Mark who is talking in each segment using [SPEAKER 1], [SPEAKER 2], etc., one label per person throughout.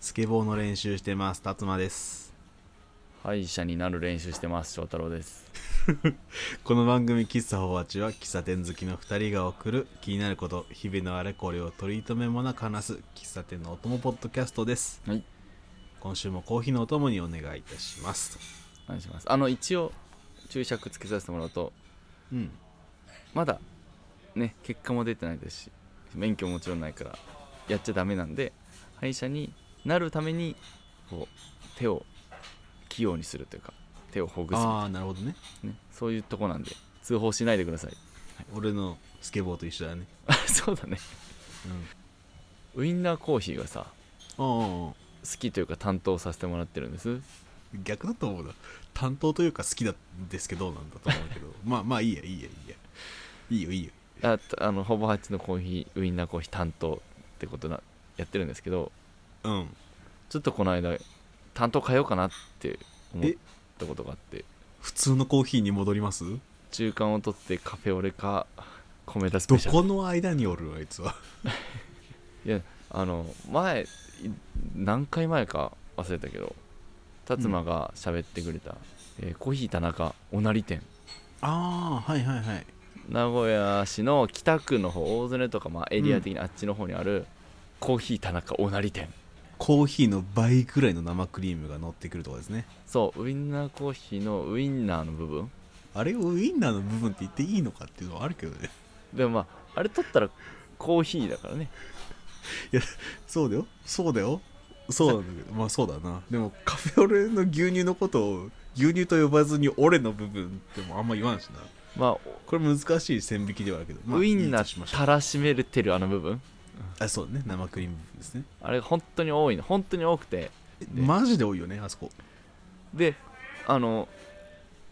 [SPEAKER 1] スケボーの練習してます辰馬です
[SPEAKER 2] 歯医者になる練習してます翔太郎です
[SPEAKER 1] この番組「喫茶ホワチ」は喫茶店好きの2人が送る気になること日々のあれこれを取り留めもなく話す喫茶店のお供ポッドキャストです、
[SPEAKER 2] はい
[SPEAKER 1] 今週もコーヒーのお供にお願いいたします
[SPEAKER 2] お願いしますあの一応注釈つけさせてもらうと
[SPEAKER 1] うん
[SPEAKER 2] まだね結果も出てないですし免許ももちろんないからやっちゃダメなんで歯医者になるためにこう手を器用にするというか手をほぐすみたい
[SPEAKER 1] ああなるほどね
[SPEAKER 2] なねそういうとこなんで通報しないでください
[SPEAKER 1] 俺のスケボーと一緒だね
[SPEAKER 2] あそうだねウインナーコーヒーがさ
[SPEAKER 1] うんおうおうおう
[SPEAKER 2] 好きというか担当させてもらってるんです
[SPEAKER 1] 逆だと思うな担当というか好きだですけどなんだと思う けどまあまあいいやいいやいいやいいよいいよ
[SPEAKER 2] ああのほぼ8のコーヒーウインナーコーヒー担当ってことなやってるんですけど
[SPEAKER 1] うん
[SPEAKER 2] ちょっとこの間担当変えようかなって思っ
[SPEAKER 1] え
[SPEAKER 2] たことがあって
[SPEAKER 1] 普通のコーヒーに戻ります
[SPEAKER 2] 中間を取ってカフェオレか米田ス
[SPEAKER 1] ど
[SPEAKER 2] ペシャル
[SPEAKER 1] この間におるのあいつは
[SPEAKER 2] いやあの前い何回前か忘れたけど達馬が喋ってくれた、えーコーヒー田中おなり店
[SPEAKER 1] ああはいはいはい
[SPEAKER 2] 名古屋市の北区の方大曽根とか、まあ、エリア的にあっちの方にある、コーヒー田中おなり店
[SPEAKER 1] コーヒーの倍くらいの生クリームが乗ってくるとかですね
[SPEAKER 2] そうウインナーコーヒーのウインナーの部分
[SPEAKER 1] あれをウインナーの部分って言っていいのかっていうのはあるけどね
[SPEAKER 2] でもまああれ取ったらコーヒーだからね
[SPEAKER 1] そうだよそうだよそうなんだけどまあそうだなでもカフェオレの牛乳のことを牛乳と呼ばずにオレの部分ってもあんま言わんしな
[SPEAKER 2] ま
[SPEAKER 1] これ難しい線引きではあるけど、
[SPEAKER 2] あ、
[SPEAKER 1] まあ
[SPEAKER 2] ウイン
[SPEAKER 1] い
[SPEAKER 2] ナ
[SPEAKER 1] いとしまし
[SPEAKER 2] ー
[SPEAKER 1] ょう
[SPEAKER 2] たらしめてるあの部分
[SPEAKER 1] あそうね生クリームですね
[SPEAKER 2] あれ本当に多いの本当に多くて
[SPEAKER 1] え
[SPEAKER 2] で
[SPEAKER 1] マジで多いよねあそこ
[SPEAKER 2] であの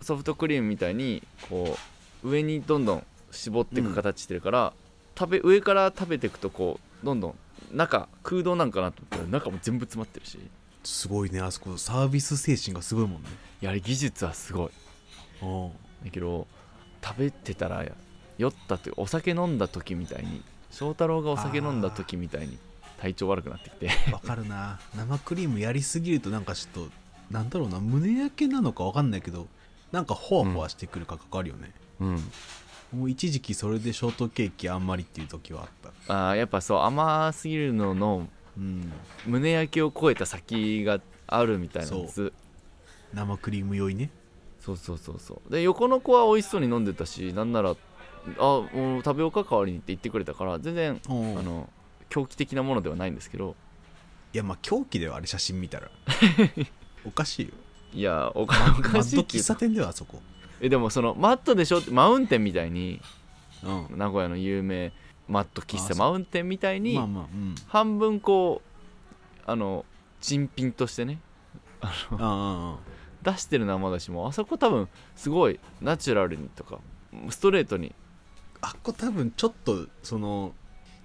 [SPEAKER 2] ソフトクリームみたいにこう上にどんどん絞っていく形してるから、食べ上から食べていくとこうどんどん中空洞なんかなと思ったら中も全部詰まってるし
[SPEAKER 1] すごいねあそこサービス精神がすごいもんね
[SPEAKER 2] いやあれ技術はすごい
[SPEAKER 1] お
[SPEAKER 2] だけど食べてたら酔ったってお酒飲んだ時みたいに翔太郎がお酒飲んだ時みたいに体調悪くなってきて
[SPEAKER 1] わかるな生クリームやりすぎるとなんかちょっとなんだろうな胸焼けなのかわかんないけどなんかホワホワしてくる感覚あるよね、
[SPEAKER 2] うん
[SPEAKER 1] もう一時期それでショートケーキあんまりっていう時はあった
[SPEAKER 2] あーやっぱそう甘すぎるのの
[SPEAKER 1] うん
[SPEAKER 2] 胸焼けを超えた先があるみたいなんですそう
[SPEAKER 1] 生クリーム酔いね
[SPEAKER 2] そうそうそうで横の子は美味しそうに飲んでたしなんなら「あもう食べようか代わりに」って言ってくれたから全然
[SPEAKER 1] お
[SPEAKER 2] あ
[SPEAKER 1] ー
[SPEAKER 2] の狂気的なものではないんですけど
[SPEAKER 1] いやまあ狂気だよあれ写真見 たらおかしいよ
[SPEAKER 2] いやおか
[SPEAKER 1] マ
[SPEAKER 2] おかし
[SPEAKER 1] ッド
[SPEAKER 2] いって
[SPEAKER 1] 喫
[SPEAKER 2] いうか
[SPEAKER 1] 茶店ではあそこ
[SPEAKER 2] えでもそのマットでしょってマウンテンみたいに
[SPEAKER 1] うん
[SPEAKER 2] 名古屋の有名マット喫
[SPEAKER 1] あそ
[SPEAKER 2] 茶
[SPEAKER 1] う
[SPEAKER 2] マウンテンみたいに
[SPEAKER 1] まあまあうん
[SPEAKER 2] 半分こうあの珍品としてね
[SPEAKER 1] あ
[SPEAKER 2] 出してるのはまだしもあそこ多分すごいナチュラルにとかストレートに
[SPEAKER 1] あっこ多分ちょっとその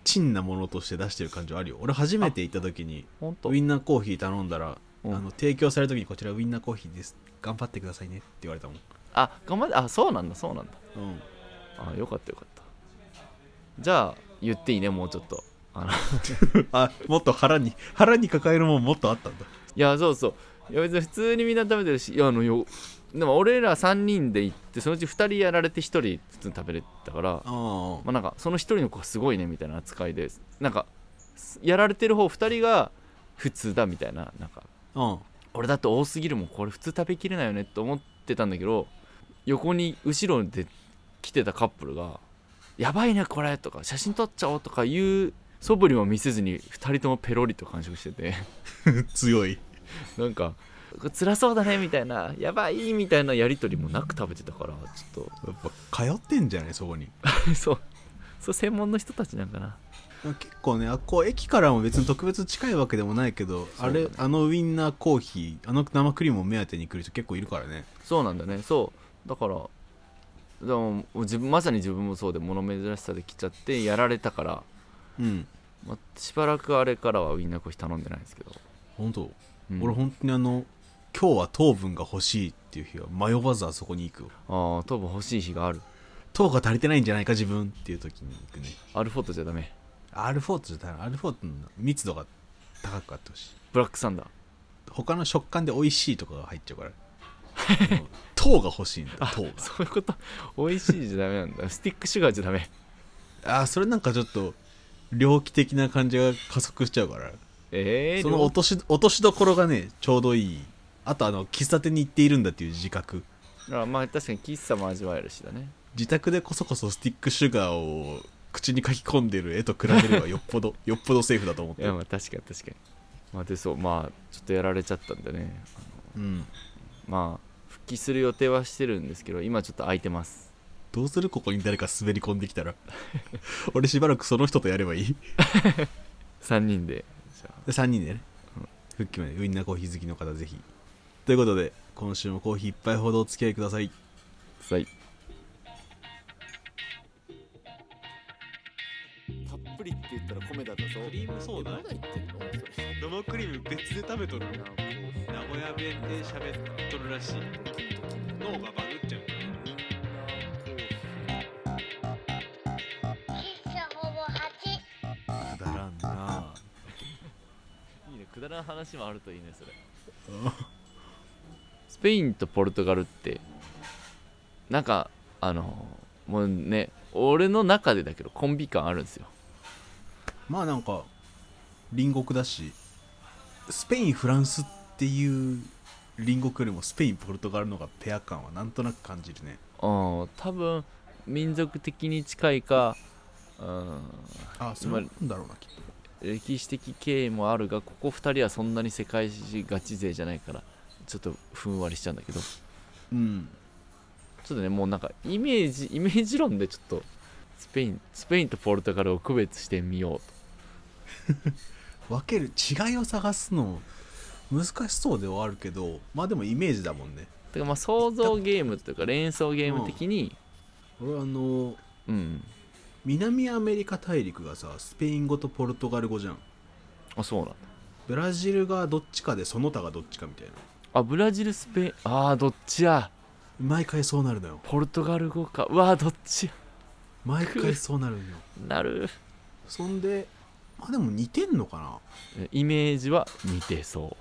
[SPEAKER 1] チンなものとして出してる感じはあるよ俺初めて行った時に
[SPEAKER 2] ほんと
[SPEAKER 1] ウインナーコーヒー頼んだら、
[SPEAKER 2] うん
[SPEAKER 1] あの提供される時にこちらウインナーコーヒーです頑張ってくださいねって言われたもん
[SPEAKER 2] あ頑張ってあそうなんだそうなんだ
[SPEAKER 1] うん
[SPEAKER 2] あよかったよかったじゃあ言っていいねもうちょっとあの い
[SPEAKER 1] あもっと腹に腹に抱えるもんもっとあったんだ
[SPEAKER 2] やそうそういや別に普通にみんな食べてるしいやあのよでも俺ら3人で行ってそのうち2人やられて1人普通に食べれたから
[SPEAKER 1] あ
[SPEAKER 2] まあ、なんかその一人の子がすごいねみたいな扱いでなんかすやられてる方二人が普通だみたいななんか
[SPEAKER 1] あうん
[SPEAKER 2] 俺だって多すぎるもんこれ普通食べきれないよねって思ってたんだけど横に後ろで来てたカップルが「やばいねこれ」とか「写真撮っちゃおう」とかいう素振りも見せずに二人ともペロリと完食してて
[SPEAKER 1] 強い
[SPEAKER 2] なんか「辛そうだね」みたいな「やばい」みたいなやり取りもなく食べてたからちょっ
[SPEAKER 1] やっぱ通ってんじゃないそこに
[SPEAKER 2] と そうそう専門の人たちなんかな
[SPEAKER 1] 結構ねあっこう駅からも別に特別近いわけでもないけど、あ
[SPEAKER 2] そう
[SPEAKER 1] れ
[SPEAKER 2] だね
[SPEAKER 1] あのウインナーコーヒーあの生クリームを目当てに来る人結構いるからね
[SPEAKER 2] そうなんだねそうだからでも自分まさに自分もそうで物珍しさで来ちゃってやられたから、
[SPEAKER 1] うん
[SPEAKER 2] まあ、しばらくあれからはウインナーコーヒー頼んでないんですけど、
[SPEAKER 1] 本当
[SPEAKER 2] うん
[SPEAKER 1] 俺本当にあの今日は糖分が欲しいっていう日は迷わずあそこに行くよ
[SPEAKER 2] ああ糖分欲しい日がある
[SPEAKER 1] 糖が足りてないんじゃないか自分っていう時に行くね
[SPEAKER 2] アルフォートじゃダメ
[SPEAKER 1] R4 って言ったら R4 って密度が高くあってほしい
[SPEAKER 2] ブラックサンダー
[SPEAKER 1] 他の食感で美味しいとかが入っちゃうから あの糖が欲しいんだ
[SPEAKER 2] あ
[SPEAKER 1] 糖が
[SPEAKER 2] そういうこと美味しいじゃダメなんだスティックシュガーじゃダメ
[SPEAKER 1] あーそれなんかちょっと猟奇的な感じが加速しちゃうから
[SPEAKER 2] ええー、
[SPEAKER 1] その落とし落としどころがねちょうどいいあとあの喫茶店に行っているんだっていう自覚
[SPEAKER 2] あまあ確かに喫茶も味わえるしだね
[SPEAKER 1] 自宅でこそこそスティックシュガーを口に書き込んでる絵と比べればよっ ぽどよっぽどセーフだと思っ
[SPEAKER 2] い
[SPEAKER 1] て
[SPEAKER 2] や
[SPEAKER 1] る
[SPEAKER 2] まあ確かに確かにまあでそうまあちょっとやられちゃったんでね
[SPEAKER 1] うん
[SPEAKER 2] まあ復帰する予定はしてるんですけど今ちょっと空いてます
[SPEAKER 1] どうするここに誰か滑り込んできたら 俺しばらくその人とやればいい
[SPEAKER 2] 3人でじゃあ
[SPEAKER 1] で3人でね、復帰までウインナーコーヒー好きの方ぜひということで今週もコーヒー一杯ほどお付き合いください
[SPEAKER 2] さいたっぷりって言ったら米だったぞ
[SPEAKER 1] リームソーダ
[SPEAKER 2] 言ってんの
[SPEAKER 1] 生クリーム別で食べとる名古屋弁で喋っとるらしい脳がバグっちゃう
[SPEAKER 3] 喫茶ほぼ8。
[SPEAKER 1] くだらんない
[SPEAKER 2] いねくだらん話もあるといいねそれスペインとポルトガルってなんかあのもうね俺の中でだけどコンビ感あるんですよ
[SPEAKER 1] まあなんか隣国だしスペインフランスっていう隣国よりもスペインポルトガルの方がペア感はなんとなく感じるね
[SPEAKER 2] うん多分民族的に近いか、うん、
[SPEAKER 1] あそれはなんだろうなきっと
[SPEAKER 2] 歴史的経緯もあるがここ2人はそんなに世界史ガチ勢じゃないからちょっとふんわりしちゃうんだけどち
[SPEAKER 1] うん
[SPEAKER 2] ょっとねもうなんかイメージイメージ論でちょっとスペインスペインとポルトガルを区別してみようと
[SPEAKER 1] 分ける違いを探すの難しそうではあるけどまあでもイメージだもんね
[SPEAKER 2] だからまあ想像ゲームというか連想ゲーム的に、
[SPEAKER 1] 俺はあの
[SPEAKER 2] うん、
[SPEAKER 1] 南アメリカ大陸がさスペイン語とポルトガル語じゃん
[SPEAKER 2] あそうなんだ
[SPEAKER 1] ブラジルがどっちかでその他がどっちかみたいな
[SPEAKER 2] あブラジルスペインあーどっちや
[SPEAKER 1] 毎回そうなるのよ
[SPEAKER 2] ポルトガル語かうわーどっちや
[SPEAKER 1] 毎回そうなるのよ
[SPEAKER 2] なる
[SPEAKER 1] そんでまあでも似てんのかな
[SPEAKER 2] イメージは似てそ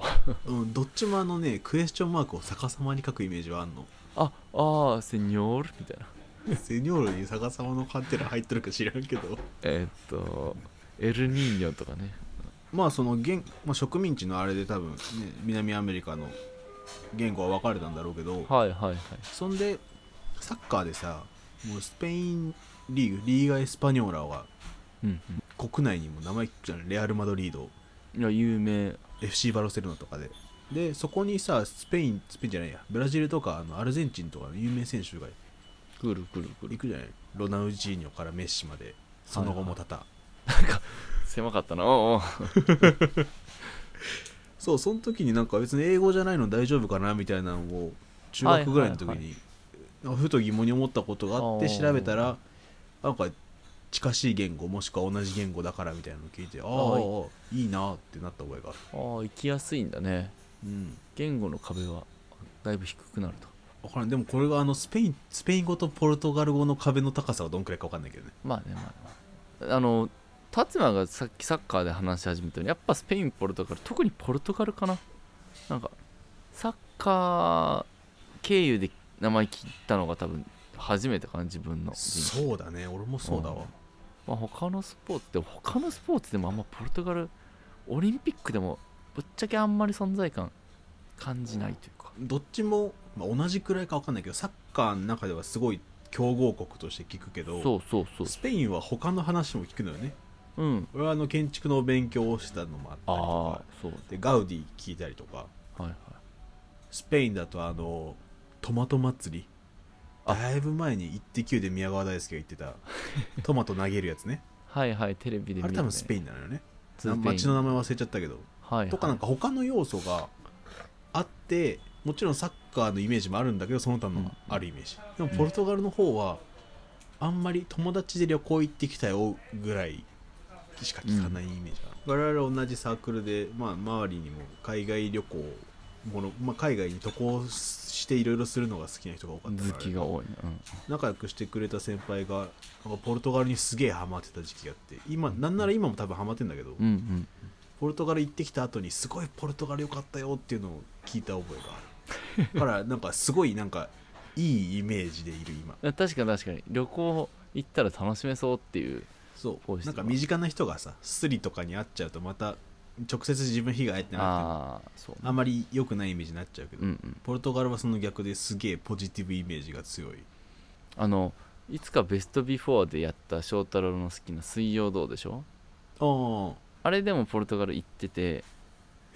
[SPEAKER 2] う
[SPEAKER 1] うん、どっちもあのねクエスチョンマークを逆さまに書くイメージはあん の
[SPEAKER 2] あああセニョールみたいな
[SPEAKER 1] セニョールに逆さまのカンテラ入ってるか知らんけど
[SPEAKER 2] えーっとエルニーニョとかね
[SPEAKER 1] まあその現、まあ、植民地のあれで多分、ね、南アメリカの言語は分かれたんだろうけど
[SPEAKER 2] はいはいはい
[SPEAKER 1] そんでサッカーでさもうスペインリーグリーガ・エスパニョーラは
[SPEAKER 2] うん、
[SPEAKER 1] 国内にも名前聞くじゃんレアル・マドリード
[SPEAKER 2] うん、いや有名
[SPEAKER 1] FC バルセロナとかででそこにさスペインスペインじゃないやブラジルとかあのアルゼンチンとかの有名選手が
[SPEAKER 2] くるくるく
[SPEAKER 1] 行
[SPEAKER 2] る
[SPEAKER 1] くじゃないロナウジーニョからメッシまでその後も多々、
[SPEAKER 2] 狭かったなおうおう
[SPEAKER 1] そうその時になんか別に英語じゃないの大丈夫かなみたいなのを中学ぐらいの時
[SPEAKER 2] はいはい
[SPEAKER 1] になんかふと疑問に思ったことがあって
[SPEAKER 2] あー
[SPEAKER 1] 調べたらなんか近しい言語もしくは同じ言語だからみたいなのを聞いてあ
[SPEAKER 2] は
[SPEAKER 1] あいいなってなった覚えがある、
[SPEAKER 2] ああ行きやすいんだね
[SPEAKER 1] うん、
[SPEAKER 2] 言語の壁はだいぶ低くなると
[SPEAKER 1] 分からんでもこれがあのスペインスペイン語とポルトガル語の壁の高さはどんくらいか分かんないけどね
[SPEAKER 2] まあねまあねあの達馬がさっきサッカーで話し始めたようにやっぱスペインポルトガル特にポルトガルかななんかサッカー経由で名前聞いたのが多分初めてかな自分の人生
[SPEAKER 1] そうだね俺もそうだわ、
[SPEAKER 2] まあ、他のスポーツでも他のスポーツでもあんまポルトガルオリンピックでもぶっちゃけあんまり存在感感じないというか
[SPEAKER 1] どっちも、まあ、同じくらいか分かんないけどサッカーの中ではすごい強豪国として聞くけど
[SPEAKER 2] そうそうそ
[SPEAKER 1] スペインは他の話も聞くのよね
[SPEAKER 2] ううん
[SPEAKER 1] 俺はあの建築の勉強をしてたのもあったり
[SPEAKER 2] ああ
[SPEAKER 1] と
[SPEAKER 2] そう
[SPEAKER 1] かでガウディ聞いたりとか
[SPEAKER 2] はいはい
[SPEAKER 1] スペインだとあのトマト祭り
[SPEAKER 2] あ
[SPEAKER 1] だいぶ前に「イッテ Q!」で宮川大輔が言って たトマト投げるやつね
[SPEAKER 2] はいはいテレビで見る、ね、
[SPEAKER 1] あれ多分スペインなのよね
[SPEAKER 2] スペイ
[SPEAKER 1] な
[SPEAKER 2] ン
[SPEAKER 1] 街の名前忘れちゃったけど
[SPEAKER 2] はいはい
[SPEAKER 1] とかなんか他の要素があってもちろんサッカーのイメージもあるんだけどその他のあるイメージでもポルトガルの方はあんまり友達で旅行行ってきたよぐらいしか聞かないイメージがある、我々同じサークルで、まあ、周りにも海外旅行もの、まあ、海外に渡航していろいろするのが好きな人が多かった
[SPEAKER 2] 好
[SPEAKER 1] か
[SPEAKER 2] き
[SPEAKER 1] ら
[SPEAKER 2] が多いね、うん
[SPEAKER 1] 仲良くしてくれた先輩がなんかポルトガルにすげえハマってた時期があって今なんなら今も多分ハマってんだけど、
[SPEAKER 2] うんうん
[SPEAKER 1] ポルトガル行ってきた後にすごいポルトガル良かったよっていうのを聞いた覚えがあ るだからなんかすごいなんかいいイメージでいる今
[SPEAKER 2] 確かに確かに旅行行ったら楽しめそうっていう
[SPEAKER 1] そ
[SPEAKER 2] こう
[SPEAKER 1] う
[SPEAKER 2] して
[SPEAKER 1] な
[SPEAKER 2] は
[SPEAKER 1] んか身近な人がさスリとかに会っちゃうとまた直接自分被害ってなって
[SPEAKER 2] ああそう
[SPEAKER 1] あんまり良くないイメージになっちゃうけど、
[SPEAKER 2] うんうん
[SPEAKER 1] ポルトガルはその逆ですげえポジティブイメージが強い
[SPEAKER 2] あのいつかベストビフォーでやった翔太郎の好きな水曜どうでしょ
[SPEAKER 1] ああ
[SPEAKER 2] あれでもポルトガル行ってて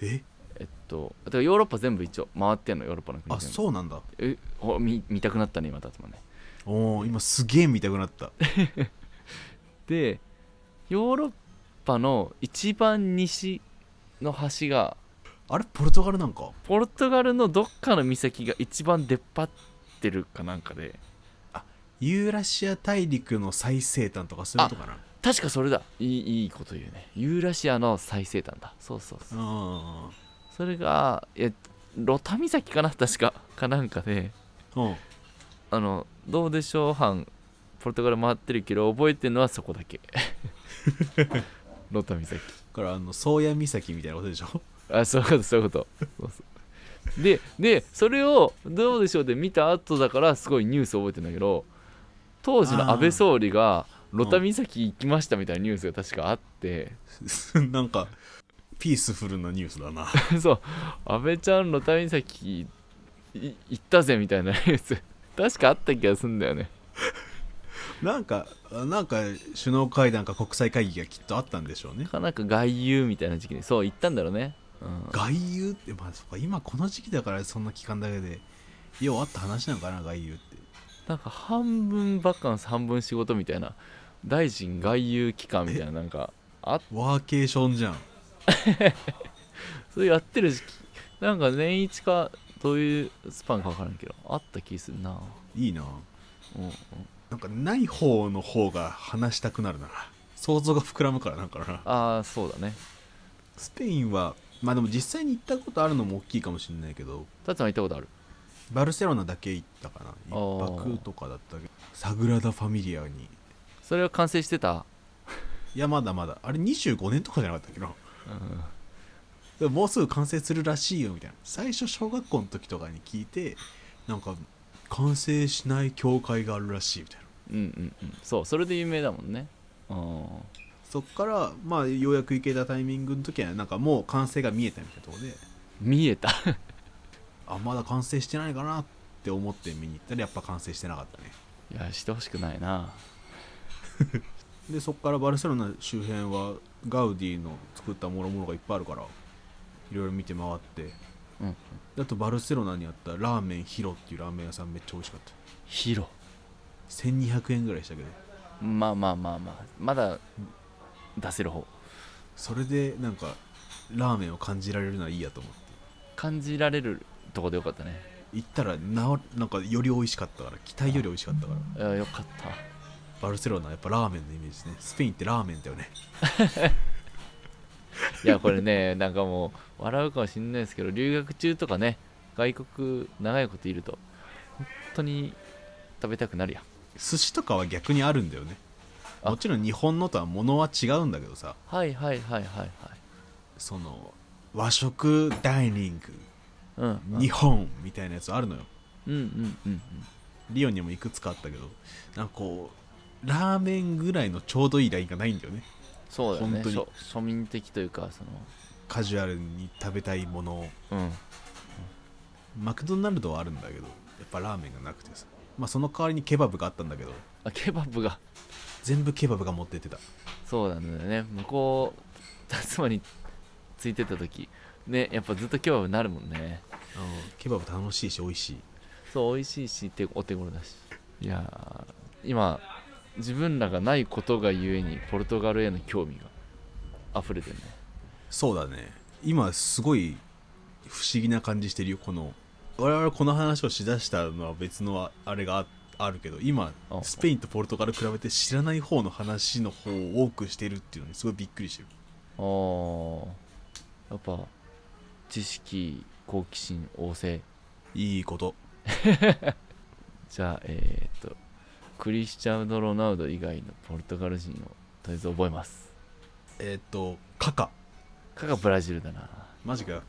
[SPEAKER 1] え
[SPEAKER 2] えっとだからヨーロッパ全部一応回ってんのヨーロッパの国
[SPEAKER 1] あ
[SPEAKER 2] 全部
[SPEAKER 1] そうなんだ
[SPEAKER 2] えほ見見たくなったね今だともね
[SPEAKER 1] おお今すげえ見たくなった
[SPEAKER 2] でヨーロッパの一番西の端が
[SPEAKER 1] あれポルトガルなんか
[SPEAKER 2] ポルトガルのどっかの岬が一番出っ張ってるかなんかで
[SPEAKER 1] ユーラシア大陸の最西端とかそういうことかな
[SPEAKER 2] 確かそれだいいいいこと言うねユーラシアの最西端だそうそうそう
[SPEAKER 1] あ
[SPEAKER 2] それがえロタ岬かな確かかなんかで
[SPEAKER 1] あうん
[SPEAKER 2] あのどうでしょう藩ポルトガル回ってるけど覚えてるのはそこだけロタ岬
[SPEAKER 1] だからあの宗谷岬みたいなことでしょ
[SPEAKER 2] あそういうことそういうことそうそうででそれを「どうでしょう」で見た後だからすごいニュース覚えてんだけど当時の安倍総理が「
[SPEAKER 1] ー
[SPEAKER 2] ロタ岬行きました」みたいなニュースが確かあって、
[SPEAKER 1] なんかピースフルなニュースだな
[SPEAKER 2] そう「安倍ちゃんロタ岬い行ったぜ」みたいなニュース 確かあった気がすんだよね
[SPEAKER 1] なんかなんか首脳会談か国際会議がきっとあったんでしょうね
[SPEAKER 2] なかなか外遊みたいな時期にそう行ったんだろうね、うん、
[SPEAKER 1] 外遊ってまあそうか今この時期だからそんな期間だけでようあった話なのかな外遊って
[SPEAKER 2] なんか半分バカンス半分仕事みたいな大臣外遊期間みたいななんかあっ
[SPEAKER 1] ワーケーションじゃん
[SPEAKER 2] それやってる時期なんか年一かどういうスパンか分からんけどあった気するな、
[SPEAKER 1] いいな
[SPEAKER 2] うんうん
[SPEAKER 1] なんかない方の方が話したくなるな想像が膨らむからなんかな
[SPEAKER 2] ああそうだね
[SPEAKER 1] スペインはまあでも実際に行ったことあるのも大きいかもしれないけど
[SPEAKER 2] タツマ行ったことある
[SPEAKER 1] バルセロナだけ行ったかな一
[SPEAKER 2] あー
[SPEAKER 1] 泊とかだったけどサグラダ・ファミリアに
[SPEAKER 2] それは完成してた、
[SPEAKER 1] いやまだまだあれ25年とかじゃなかったっけな
[SPEAKER 2] うん、
[SPEAKER 1] でももうすぐ完成するらしいよみたいな最初小学校の時とかに聞いてなんか完成しない教会があるらしいみたいな
[SPEAKER 2] うんうんうんそうそれで有名だもんねうん
[SPEAKER 1] そっからまあようやく行けたタイミングの時はなんかもう完成が見えたみたいなところで
[SPEAKER 2] 見えた
[SPEAKER 1] あまだ完成してないかなって思って見に行ったらやっぱ完成してなかったね
[SPEAKER 2] いやしてほしくないな
[SPEAKER 1] でそこからバルセロナ周辺はガウディの作ったもろもろがいっぱいあるからいろいろ見て回って
[SPEAKER 2] うん
[SPEAKER 1] あとバルセロナにあったラーメンヒロっていうラーメン屋さんめっちゃ美味しかった
[SPEAKER 2] ヒロ
[SPEAKER 1] 1200円ぐらいしたけど
[SPEAKER 2] まあまあまあまあまだ出せる方
[SPEAKER 1] それでなんかラーメンを感じられるのはいいやと思って
[SPEAKER 2] 感じられるとこでよかったね
[SPEAKER 1] 行ったらなおなんかより美味しかったから期待より美味しかったから
[SPEAKER 2] いやよかった
[SPEAKER 1] バルセロナはやっぱラーメンのイメージですねスペインってラーメンだよね
[SPEAKER 2] いやこれね なんかもう笑うかもしれないですけど留学中とかね外国長いこといると本当に食べたくなるやん
[SPEAKER 1] 寿司とかは逆にあるんだよね
[SPEAKER 2] あ
[SPEAKER 1] もちろん日本のとは物は違うんだけどさ
[SPEAKER 2] はいはいはいはいはい
[SPEAKER 1] その和食ダイニン
[SPEAKER 2] うんう
[SPEAKER 1] グ
[SPEAKER 2] ん
[SPEAKER 1] 日本みたいなやつあるのよ
[SPEAKER 2] うんうんうんうん
[SPEAKER 1] リオンにもいくつかあったけどなんかこうラーメンぐらいのちょうどいいラインがないんだよね
[SPEAKER 2] そうだよね
[SPEAKER 1] 本当に
[SPEAKER 2] 庶庶民的というかそ
[SPEAKER 1] カジュアルに食べたいものを
[SPEAKER 2] のうん
[SPEAKER 1] マクドナルドはあるんだけどやっぱラーメンがなくてさまあその代わりにケバブがあったんだけど
[SPEAKER 2] あケバブが
[SPEAKER 1] 全部ケバブが持ってってた
[SPEAKER 2] そうなんだよね向こう妻についてた時ねやっぱずっとケバブになるもんね
[SPEAKER 1] あのケバブ楽しいし美味しい
[SPEAKER 2] そう美味しいし手お手頃だしいやー今自分らがないことがゆえにポルトガルへの興味が溢れてるね
[SPEAKER 1] そうだね今すごい不思議な感じしてるよこの我々この話をしだしたのは別のあれがああるけど今
[SPEAKER 2] あ
[SPEAKER 1] スペインとポルトガル比べて知らない方の話の方を多くしてるっていうのにすごいびっくりしてる
[SPEAKER 2] あーやっぱ知識好奇心旺盛
[SPEAKER 1] いいこと
[SPEAKER 2] じゃあえー、っとクリスチャード・ロナウド以外のポルトガル人をとりあえず覚えます
[SPEAKER 1] えっ、とカカ
[SPEAKER 2] かがブラジルだな
[SPEAKER 1] マジか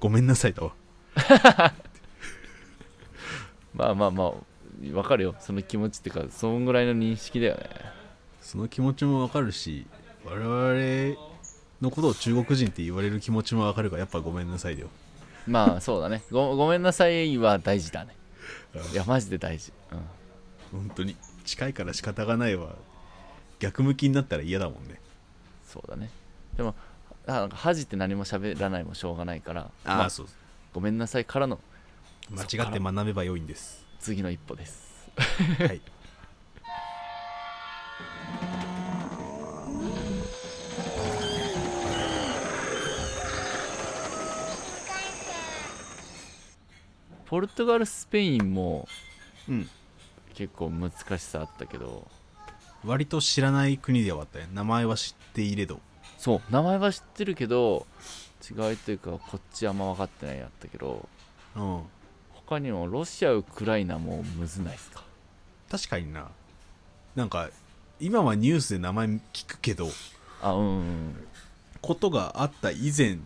[SPEAKER 1] ごめんなさいだわ
[SPEAKER 2] まあまあまあわかるよその気持ちってかそんぐらいの認識だよね
[SPEAKER 1] その気持ちもわかるし我々のことを中国人って言われる気持ちもわかるからやっぱごめんなさいだよ
[SPEAKER 2] まあそうだね ごごめんなさいは大事だね
[SPEAKER 1] うん
[SPEAKER 2] いやマジで大事、うん、
[SPEAKER 1] 本当に近いから仕方がないわ逆向きになったら嫌だもんね
[SPEAKER 2] そうだねでもあなんか恥じて何も喋らないもしょうがないからまあ、
[SPEAKER 1] そう
[SPEAKER 2] ごめんなさいからの
[SPEAKER 1] 間違って学べばよいんです
[SPEAKER 2] 次の一歩です
[SPEAKER 1] はい
[SPEAKER 2] ポルトガルスペインも
[SPEAKER 1] うん
[SPEAKER 2] 結構難しさあったけど
[SPEAKER 1] 割と知らない国ではあったね名前は知っていれど
[SPEAKER 2] そう名前は知ってるけど違いというかこっちあんま分かってないやったけど
[SPEAKER 1] うん
[SPEAKER 2] 他にもロシアウクライナもむずないっすか
[SPEAKER 1] 確かにななんか今はニュースで名前聞くけど
[SPEAKER 2] あうんうんうん
[SPEAKER 1] ことがあった以前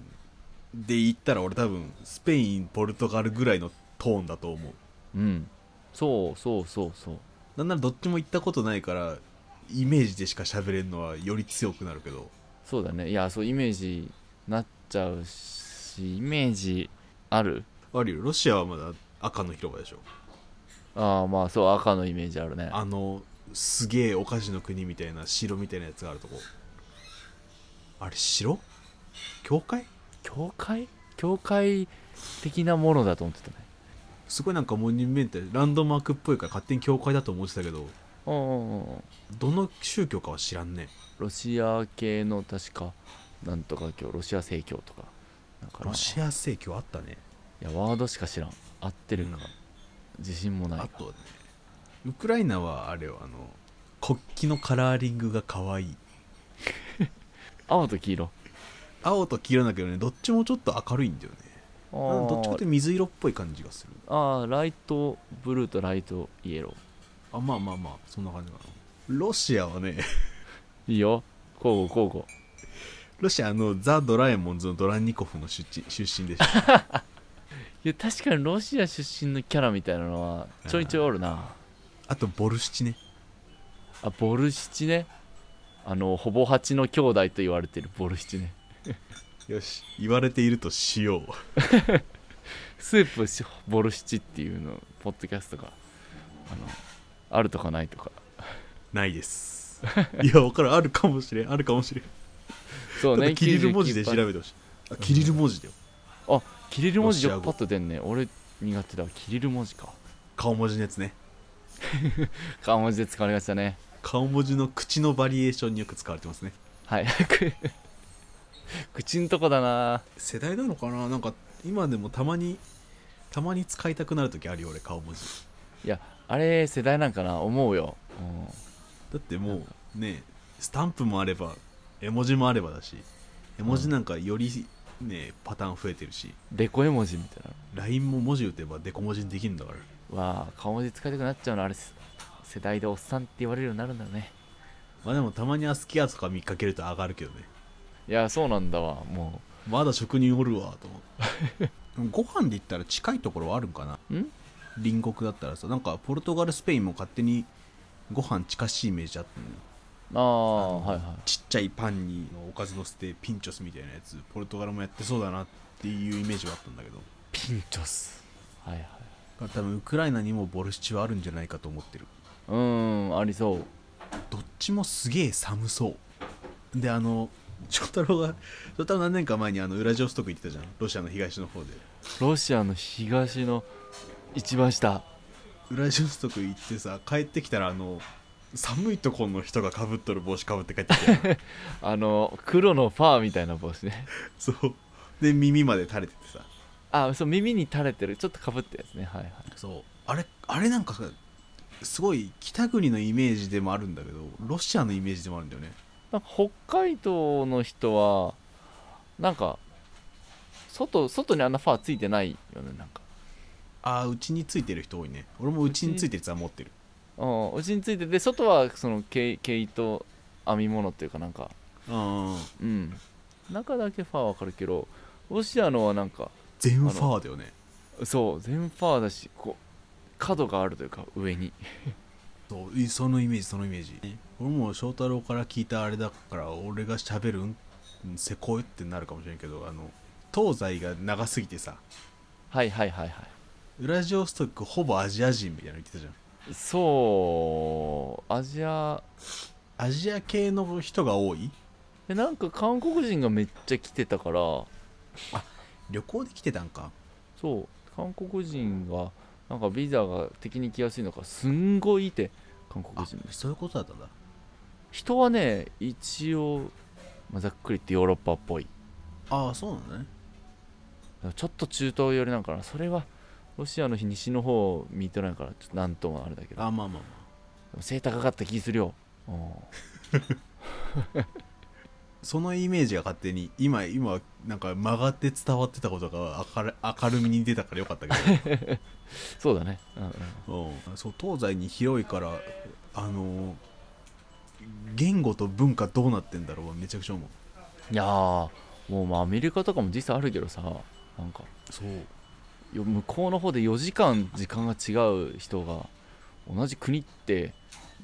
[SPEAKER 1] で言ったら俺多分スペインポルトガルぐらいのトーンだと思う
[SPEAKER 2] うんそうそうそうそう
[SPEAKER 1] なんならどっちも行ったことないからイメージでしか喋れんのはより強くなるけど
[SPEAKER 2] そうだねいやそうイメージなっちゃうしイメージある
[SPEAKER 1] あるよロシアはまだ赤の広場でしょ
[SPEAKER 2] ああまあそう赤のイメージあるね
[SPEAKER 1] あのすげえお菓子の国みたいな城みたいなやつがあるとこあれ城教会
[SPEAKER 2] 教会教会的なものだと思ってたね
[SPEAKER 1] すごいなんかモニュメントランドマークっぽいから勝手に教会だと思ってたけど
[SPEAKER 2] うんうんうん
[SPEAKER 1] どの宗教かは知らんね
[SPEAKER 2] ロシア系の確かなんとか教ロシア正教とかなんかな
[SPEAKER 1] ロシア正教あったね
[SPEAKER 2] いやワードしか知らん合ってる
[SPEAKER 1] う
[SPEAKER 2] か、
[SPEAKER 1] ん
[SPEAKER 2] 自信もな
[SPEAKER 1] あ
[SPEAKER 2] い
[SPEAKER 1] とねウクライナはあれよあの国旗のカラーリングが可愛い
[SPEAKER 2] 青と黄色
[SPEAKER 1] 青と黄色だけどねどっちもちょっと明るいんだよね
[SPEAKER 2] あ
[SPEAKER 1] なんかどっちかって
[SPEAKER 2] ー
[SPEAKER 1] 水色っぽい感じがする
[SPEAKER 2] あーライトブルーとライトイエロ
[SPEAKER 1] あまあまあまあそんな感じかなロシアはね
[SPEAKER 2] ーいいよ交互交互
[SPEAKER 1] ロシアあのザ・ドラえもんズのドランニコフの出身出身 でした
[SPEAKER 2] いや確かにロシア出身のキャラみたいなのはちょいちょいおるな
[SPEAKER 1] あとボルシチね
[SPEAKER 2] あボルシチねあのほぼ八の兄弟と言われてるボルシチね
[SPEAKER 1] よし言われているとしよう
[SPEAKER 2] スープしボルシチっていうのポッドキャストがあのあるとかないとか
[SPEAKER 1] ないです いや分かるあるかもしれんあるかもしれん
[SPEAKER 2] そう
[SPEAKER 1] た
[SPEAKER 2] ね
[SPEAKER 1] だキリル文字で調
[SPEAKER 2] 99%
[SPEAKER 1] べてほしいあキリル文字だよ
[SPEAKER 2] キリル文字
[SPEAKER 1] ロシア
[SPEAKER 2] よ
[SPEAKER 1] 語
[SPEAKER 2] パッと出んね俺苦手だわキリル文字か
[SPEAKER 1] 顔文字のやつね
[SPEAKER 2] 顔文字で使われがちだね
[SPEAKER 1] 顔文字の口のバリエーションによく使われてますね
[SPEAKER 2] はい く口んとこだな
[SPEAKER 1] 世代なのかななんか今でもたまにたまに使いたくなる時あるよ俺顔文字
[SPEAKER 2] いやあれ世代なんかな思うよ、うん
[SPEAKER 1] だってもうねスタンプもあれば絵文字もあればだし絵文字なんかよりねパターン増えてるし
[SPEAKER 2] デコ絵文字みたい
[SPEAKER 1] LINE も文字打てばデコ文字にできるんだから
[SPEAKER 2] なわあ顔文字使いたくなっちゃうのあれす世代でおっさんって言われるようになるんだね
[SPEAKER 1] まあでもたまにアスキアとか見かけると上がるけどね
[SPEAKER 2] いやそうなんだわも
[SPEAKER 1] まだ職人おるわと思って ご飯で言ったら近いところはあるんかなん
[SPEAKER 2] ん
[SPEAKER 1] 隣国だったらさなんかポルトガルスペインも勝手にご飯近しいイメージあったのよ
[SPEAKER 2] ああはいはい
[SPEAKER 1] ちっちゃいパンにおかずのせてピンチョスみたいなやつポルトガルもやってそうだなっていうイメージはあったんだけどだ
[SPEAKER 2] ピンチョスはいはい
[SPEAKER 1] から多分ウクライナにもボルシチはあるんじゃないかと思ってる
[SPEAKER 2] うーんありそう
[SPEAKER 1] どっちもすげえ寒そうであの翔太郎が翔太郎何年か前にあのウラジオストク行ってたじゃんロシアの東の方で
[SPEAKER 2] ロシアの東の一番下
[SPEAKER 1] ウラジオストク行ってさ帰ってきたらあの寒いとこの人がかぶっとる帽子かぶって帰ってきた
[SPEAKER 2] あの黒のファーみたいな帽子ね
[SPEAKER 1] そうで耳まで垂れててさ
[SPEAKER 2] あそう耳に垂れてるちょっとかぶったやつねはいはい
[SPEAKER 1] そうあれあれなんかさすごい北国のイメージでもあるんだけどロシアのイメージでもあるんだよね
[SPEAKER 2] なんか北海道の人はなんか外外にあんなファーついてないよねなんか
[SPEAKER 1] ああうちについてる人多いね俺もうちについてるやつは持ってる
[SPEAKER 2] うんうちについてて外はその毛毛糸編み物っていうかなんか
[SPEAKER 1] うんうん
[SPEAKER 2] うん中だけファーわかるけどロシアのはなんか
[SPEAKER 1] 全ファーだよね
[SPEAKER 2] そう全ファーだしこう角があるというか上に
[SPEAKER 1] そういそのイメージそのイメージ俺も翔太郎から聞いたあれだから俺が喋るんせこいってなるかもしれんけどあの東西が長すぎてさ
[SPEAKER 2] はいはいはいは
[SPEAKER 1] ウラジオストクほぼアジア人みたいなの言ってたじゃん
[SPEAKER 2] いそうアジア
[SPEAKER 1] アジア系の人が多い
[SPEAKER 2] でなんか韓国人がめっちゃ来てたから
[SPEAKER 1] 旅行で来てたんか
[SPEAKER 2] そう韓国人がなんかビザが敵に来やすいのかすんごいいて韓国
[SPEAKER 1] あ
[SPEAKER 2] 人の人
[SPEAKER 1] そういうことだったんだ
[SPEAKER 2] 人はね一応、まあ、ざっくり言ってヨーロッパっぽい
[SPEAKER 1] ああそうなんだね
[SPEAKER 2] ちょっと中東寄りなんかなそれはロシアの西の方を見とらんからちょっとなんともあれだけど
[SPEAKER 1] あまあまあまあ
[SPEAKER 2] 背高かった気するようん
[SPEAKER 1] そのイメージが勝手に今今なんか曲がって伝わってたことが明る明るみに出たからよかったけ
[SPEAKER 2] そうだね、うんうん
[SPEAKER 1] ど、うん、そう東西に広いからあのー言語と文化どうなってんだろうめちゃくちゃ思う
[SPEAKER 2] いやーもうまあアメリカとかも実際あるけどさなんか
[SPEAKER 1] そう
[SPEAKER 2] よ向こうの方で4時間時間が違う人が同じ国って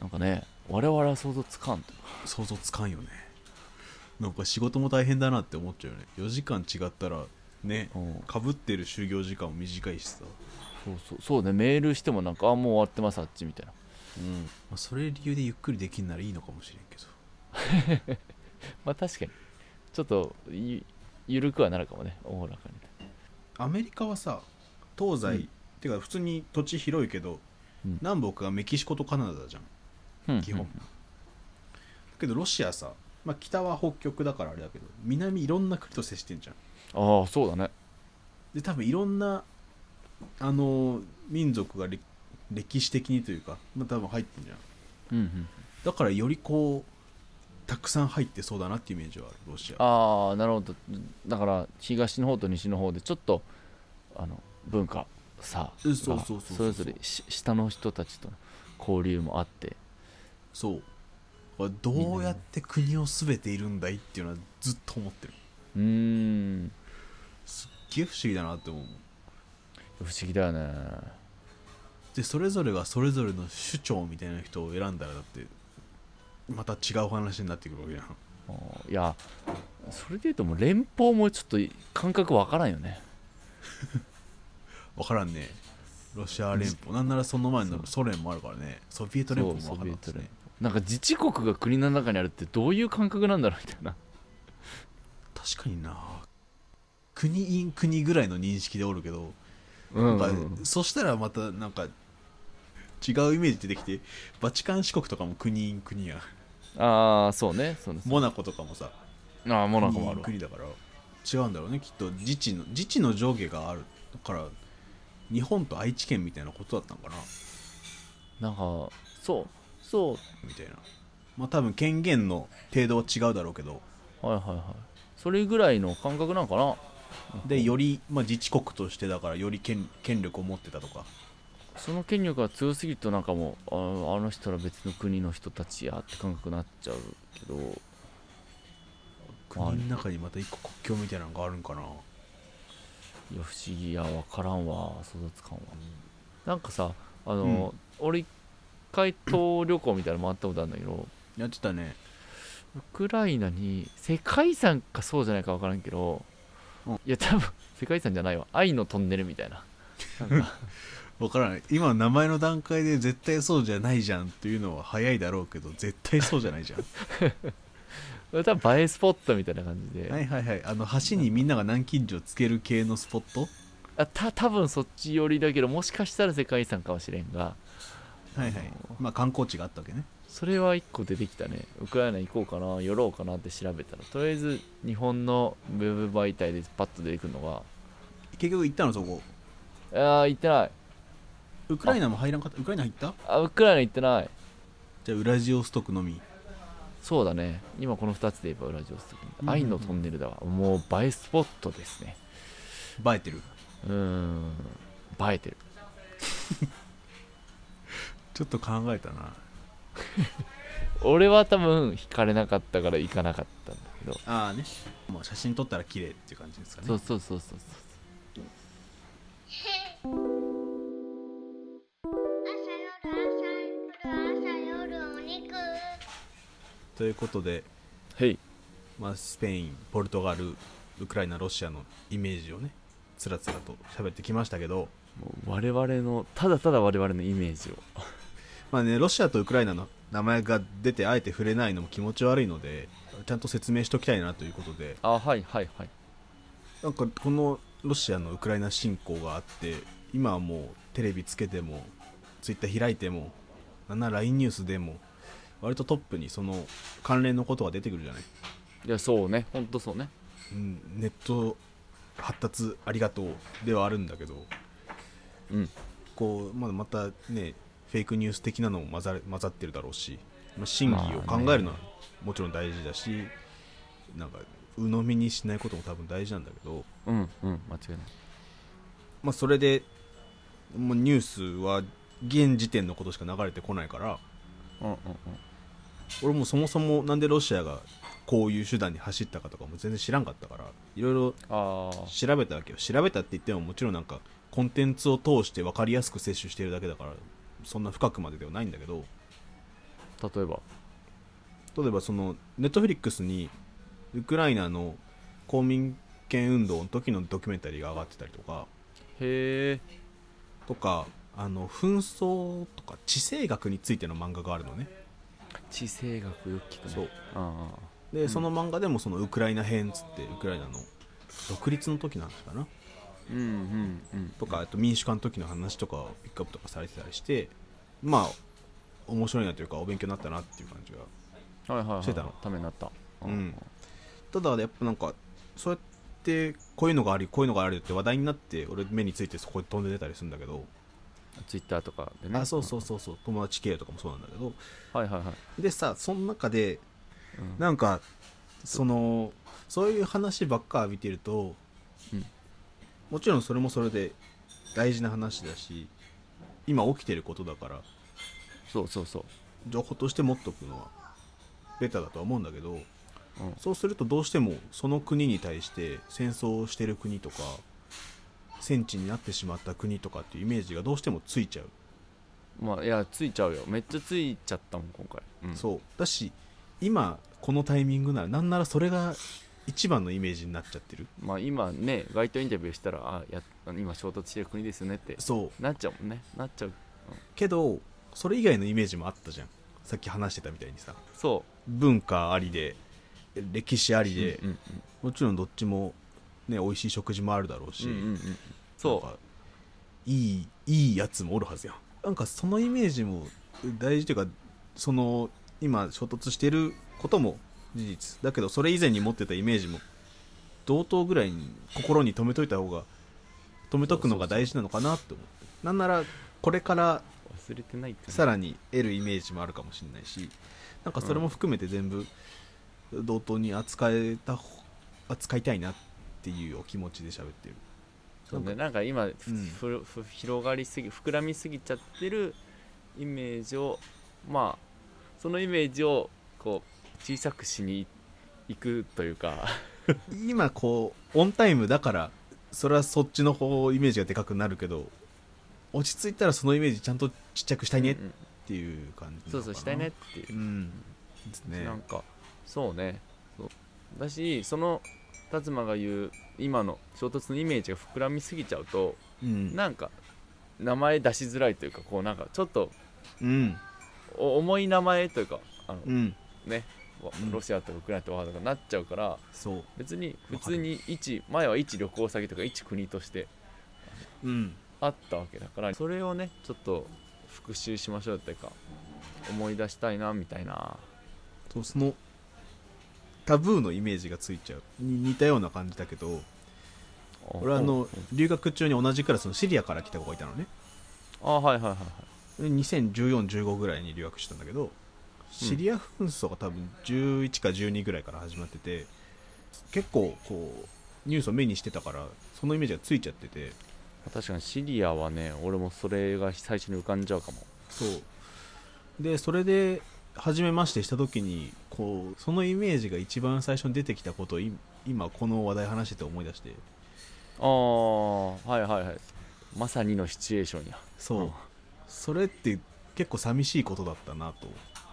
[SPEAKER 2] なんかね我々は想像つかんと
[SPEAKER 1] 想像つかんよねなんか仕事も大変だなって思っちゃうよね4時間違ったらね
[SPEAKER 2] うん
[SPEAKER 1] かぶってる就業時間も短いしさ、
[SPEAKER 2] そうそうそうねメールしてもなんかあもう終わってますあっちみたいな
[SPEAKER 1] うんまあ、それ理由でゆっくりできんならいいのかもしれんけど
[SPEAKER 2] まあ確かにちょっとゆ緩くはなるかもねおおらかに
[SPEAKER 1] アメリカはさ東西、
[SPEAKER 2] うん
[SPEAKER 1] てか普通に土地広いけど、
[SPEAKER 2] うん
[SPEAKER 1] 南北がメキシコとカナダじゃんだ
[SPEAKER 2] うん
[SPEAKER 1] 基本
[SPEAKER 2] うん
[SPEAKER 1] けどロシアさ、まあ、北は北極だからあれだけど南いろんな国と接してんじゃん
[SPEAKER 2] ああそうだね
[SPEAKER 1] で多分いろんなあのー民族が歴歴史的にというか、まあ、多分入ってんじゃん
[SPEAKER 2] うんうん
[SPEAKER 1] だからよりこうたくさん入ってそうだなっていうイメージはあるロシア
[SPEAKER 2] ああなるほどだから東の方と西の方でちょっとあの文化さ
[SPEAKER 1] うんそう
[SPEAKER 2] が
[SPEAKER 1] そうそうそう
[SPEAKER 2] それぞれし下の人たちとの交流もあって
[SPEAKER 1] そうこれどうやって国を全ているんだいっていうのはずっと思ってる
[SPEAKER 2] うーん
[SPEAKER 1] すっげえ不思議だなって思う
[SPEAKER 2] 不思議だよね
[SPEAKER 1] でそれぞれがそれぞれの主張みたいな人を選んだらだってまた違う話になってくるわけじゃん
[SPEAKER 2] あーいやそれでいうともう連邦もちょっと感覚わからんよね
[SPEAKER 1] 分からんねロシア連邦なんならその前のソ連もあるからねソビエト連邦も分からん
[SPEAKER 2] そうソビエト連
[SPEAKER 1] ね
[SPEAKER 2] 邦なんか自治国が国の中にあるってどういう感覚なんだろうみたいな
[SPEAKER 1] 確かにな国イン国ぐらいの認識でおるけど、
[SPEAKER 2] うんうん
[SPEAKER 1] な
[SPEAKER 2] うん
[SPEAKER 1] かそしたらまたなんか違うイメージ出てきてバチカン四国とかも国イン国や
[SPEAKER 2] んああそうねそうね
[SPEAKER 1] モナコとかもさ
[SPEAKER 2] ああモナコ
[SPEAKER 1] 国イ
[SPEAKER 2] もあ
[SPEAKER 1] ン
[SPEAKER 2] るわ
[SPEAKER 1] 国だから違うんだろうねきっと自治の自治の上下があるから日本と愛知県みたいなことだったのかな
[SPEAKER 2] なんかそうそう
[SPEAKER 1] みたいなまあ多分権限の程度は違うだろうけど
[SPEAKER 2] はいはいはいそれぐらいの感覚なんかな
[SPEAKER 1] でより、まあ、自治国としてだからより権権力を持ってたとか
[SPEAKER 2] その権力が強すぎるとなんかもうあのあの人ら別の国の人たちやって感覚になっちゃうけど
[SPEAKER 1] 国の中にまた一個国境みたいなのがあるんかない
[SPEAKER 2] や不思議やわからんわ想像つかんわ、なんかさあの、俺一回東旅行みたいなの回ったことあるんだけど
[SPEAKER 1] やってたね
[SPEAKER 2] ウクライナに世界遺産かそうじゃないか分からんけど、
[SPEAKER 1] うん
[SPEAKER 2] いや多分世界遺産じゃないわ愛のトンネルみたいな
[SPEAKER 1] わからない今名前の段階で絶対そうじゃないじゃんっていうのは早いだろうけど絶対そうじゃないじゃん
[SPEAKER 2] 多分映えスポットみたいな感じで、
[SPEAKER 1] はいはいはいあの橋にみんなが南京錠つける系のスポット
[SPEAKER 2] あた多分そっち寄りだけどもしかしたら世界遺産かもしれんが
[SPEAKER 1] はいはいまあ観光地があったわけね
[SPEAKER 2] それは1個出てきたねウクライナ行こうかな寄ろうかなって調べたらとりあえず日本のウェブ媒体でパッと出てくるの
[SPEAKER 1] 結局行ったのそこ
[SPEAKER 2] があー行ってない
[SPEAKER 1] ウクライナも入らんかったウクライナ入った
[SPEAKER 2] あウクライナ行ってない
[SPEAKER 1] じゃあウラジオストクのみ
[SPEAKER 2] そうだね今この2つで言えばウラジオストクに
[SPEAKER 1] うんうん
[SPEAKER 2] 愛のトンネルだわもう映えスポットですね
[SPEAKER 1] 映えてる
[SPEAKER 2] うーん映えてる
[SPEAKER 1] ちょっと考えたな
[SPEAKER 2] 俺は多分惹かれなかったから行かなかったんだけど
[SPEAKER 1] ああねまあ、写真撮ったら綺麗っていう感じですかね
[SPEAKER 2] そうそうそうそうそう
[SPEAKER 3] 朝夜朝夜お肉
[SPEAKER 1] ということで、
[SPEAKER 2] はい
[SPEAKER 1] まあ、スペインポルトガルウクライナロシアのイメージをねつらつらと喋ってきましたけど
[SPEAKER 2] もう我々のただただ我々のイメージを
[SPEAKER 1] まあねロシアとウクライナの名前が出てあえて触れないのも気持ち悪いのでちゃんと説明しときたいなということで
[SPEAKER 2] あはいはいはい
[SPEAKER 1] なんかこのロシアのウクライナ侵攻があって今はもうテレビつけてもツイッター開いてもなんなら LINE ニュースでも割とトップにその関連のことが出てくるじゃない、
[SPEAKER 2] いやそうねほんとそうね
[SPEAKER 1] うん、ネット発達ありがとうではあるんだけど
[SPEAKER 2] うん
[SPEAKER 1] こうまだまたねフェイクニュース的なのも混ざれ混ざってるだろうし、まあ、真偽を考えるのはもちろん大事だし、なんか鵜呑みにしないことも多分大事なんだけど、
[SPEAKER 2] うんうん間違いない
[SPEAKER 1] まあ、それでもうニュースは現時点のことしか流れてこないから
[SPEAKER 2] うんうん
[SPEAKER 1] 俺もそもそもなんでロシアがこういう手段に走ったかとかも全然知らんかったからいろいろ
[SPEAKER 2] ああ
[SPEAKER 1] 調べたわけよ調べたって言ってももちろんなんかコンテンツを通して分かりやすく摂取してるだけだからそんな深くまでではないんだけど
[SPEAKER 2] 例えば
[SPEAKER 1] 例えばそのネットフリックスにウクライナの公民権運動の時のドキュメンタリーが上がってたりとか
[SPEAKER 2] へえ
[SPEAKER 1] とかあの紛争とか地政学についての漫画があるのね
[SPEAKER 2] 地政学よく聞くね
[SPEAKER 1] そう
[SPEAKER 2] あ
[SPEAKER 1] で、その漫画でもそのウクライナ編っつってウクライナの独立の時の話かな
[SPEAKER 2] ーうんうんうん
[SPEAKER 1] とかあと民主化の時の話とかをピックアップとかされてたりしてまあ面白いなというかお勉強になったなっていう感じが
[SPEAKER 2] はいはいはいしてたの
[SPEAKER 1] た
[SPEAKER 2] ためになった
[SPEAKER 1] うんただやっぱなんかそうやってこういうのがありこういうのがあるって話題になって俺目についてそこで飛んで出たりするんだけど、
[SPEAKER 2] ツイッターとかでね
[SPEAKER 1] あそうそうそうそう友達経由とかもそうなんだけど
[SPEAKER 2] はいはいはい
[SPEAKER 1] でさその中で
[SPEAKER 2] うん
[SPEAKER 1] なんかそのそういう話ばっか浴びてると、
[SPEAKER 2] うん
[SPEAKER 1] もちろんそれもそれで大事な話だし今起きてることだから
[SPEAKER 2] そうそうそう
[SPEAKER 1] 情報として持っとくのはベタだとは思うんだけど、
[SPEAKER 2] うん
[SPEAKER 1] そうするとどうしてもその国に対して戦争をしてる国とか戦地になってしまった国とかっていうイメージがどうしてもついちゃう、
[SPEAKER 2] まあいやついちゃうよめっちゃついちゃったもん今回、うん、
[SPEAKER 1] そうだし今このタイミングならなんならそれが一番のイメージになっちゃってる
[SPEAKER 2] まあ今ね街頭インタビューしたらあや今衝突してる国ですよねって
[SPEAKER 1] そう
[SPEAKER 2] なっちゃうもんねなっちゃう
[SPEAKER 1] けどそれ以外のイメージもあったじゃんさっき話してたみたいにさ
[SPEAKER 2] そ
[SPEAKER 1] 文化ありで歴史あり
[SPEAKER 2] う
[SPEAKER 1] で、
[SPEAKER 2] うんうん
[SPEAKER 1] もちろんどっちも、ね、美味しい食事もあるだろうし、
[SPEAKER 2] うんうんうんうんそ
[SPEAKER 1] なん
[SPEAKER 2] う
[SPEAKER 1] かいいいいやつもおるはずやんなんかそのイメージも大事というかその今衝突してることも事実だけどそれ以前に持ってたイメージも同等ぐらいに心に留めといた方が留めとくのが大事なのかなって思ってなんならこれから
[SPEAKER 2] 忘れてないってね
[SPEAKER 1] さらに得るイメージもあるかもしれないしなんかそれも含めて全部同等に扱えたほ扱いたいなっていうお気持ちで喋ってる
[SPEAKER 2] そうねなんか今、ふ
[SPEAKER 1] うん
[SPEAKER 2] ふふ広がりすぎ膨らみすぎちゃってるイメージをまあそのイメージをこう小さくしに行くというか
[SPEAKER 1] 今こうオンタイムだからそれはそっちの方イメージがでかくなるけど落ち着いたらそのイメージちゃんとちっちゃくしたいねっ
[SPEAKER 2] うん
[SPEAKER 1] ていう感じなのかな
[SPEAKER 2] そうそうしたいねっていう
[SPEAKER 1] うんですね
[SPEAKER 2] なんかそうねそうだしその達馬が言う今の衝突のイメージが膨らみすぎちゃうと
[SPEAKER 1] うん
[SPEAKER 2] なんか名前出しづらいというかこうなんかちょっと
[SPEAKER 1] うん
[SPEAKER 2] お重い名前というかあの、
[SPEAKER 1] うん
[SPEAKER 2] ねわ
[SPEAKER 1] うん
[SPEAKER 2] ロシアとウクライナとワールドがなっちゃうから
[SPEAKER 1] そう
[SPEAKER 2] 別に普通に一前は一旅行先とか一国として
[SPEAKER 1] うん
[SPEAKER 2] あったわけだからそれをねちょっと復習しましょうというか思い出したいなみたいな
[SPEAKER 1] そうそのタブーのイメージがついちゃうに似たような感じだけど俺はあの留学中に同じクラスのシリアから来た子がいたのね
[SPEAKER 2] あはいはいはいはい
[SPEAKER 1] 201415ぐらいに留学したんだけどシリア紛争が多分11か12ぐらいから始まってて結構こうニュースを目にしてたからそのイメージがついちゃってて
[SPEAKER 2] 確かにシリアはね俺もそれが最初に浮かんじゃうかも
[SPEAKER 1] そうでそれで初めましてした時にこうそのイメージが一番最初に出てきたことをい今この話題話してて思い出して
[SPEAKER 2] ああはいはいはいまさにのシチュエーションや
[SPEAKER 1] そう、
[SPEAKER 2] うん
[SPEAKER 1] それって結構寂しいことだったなと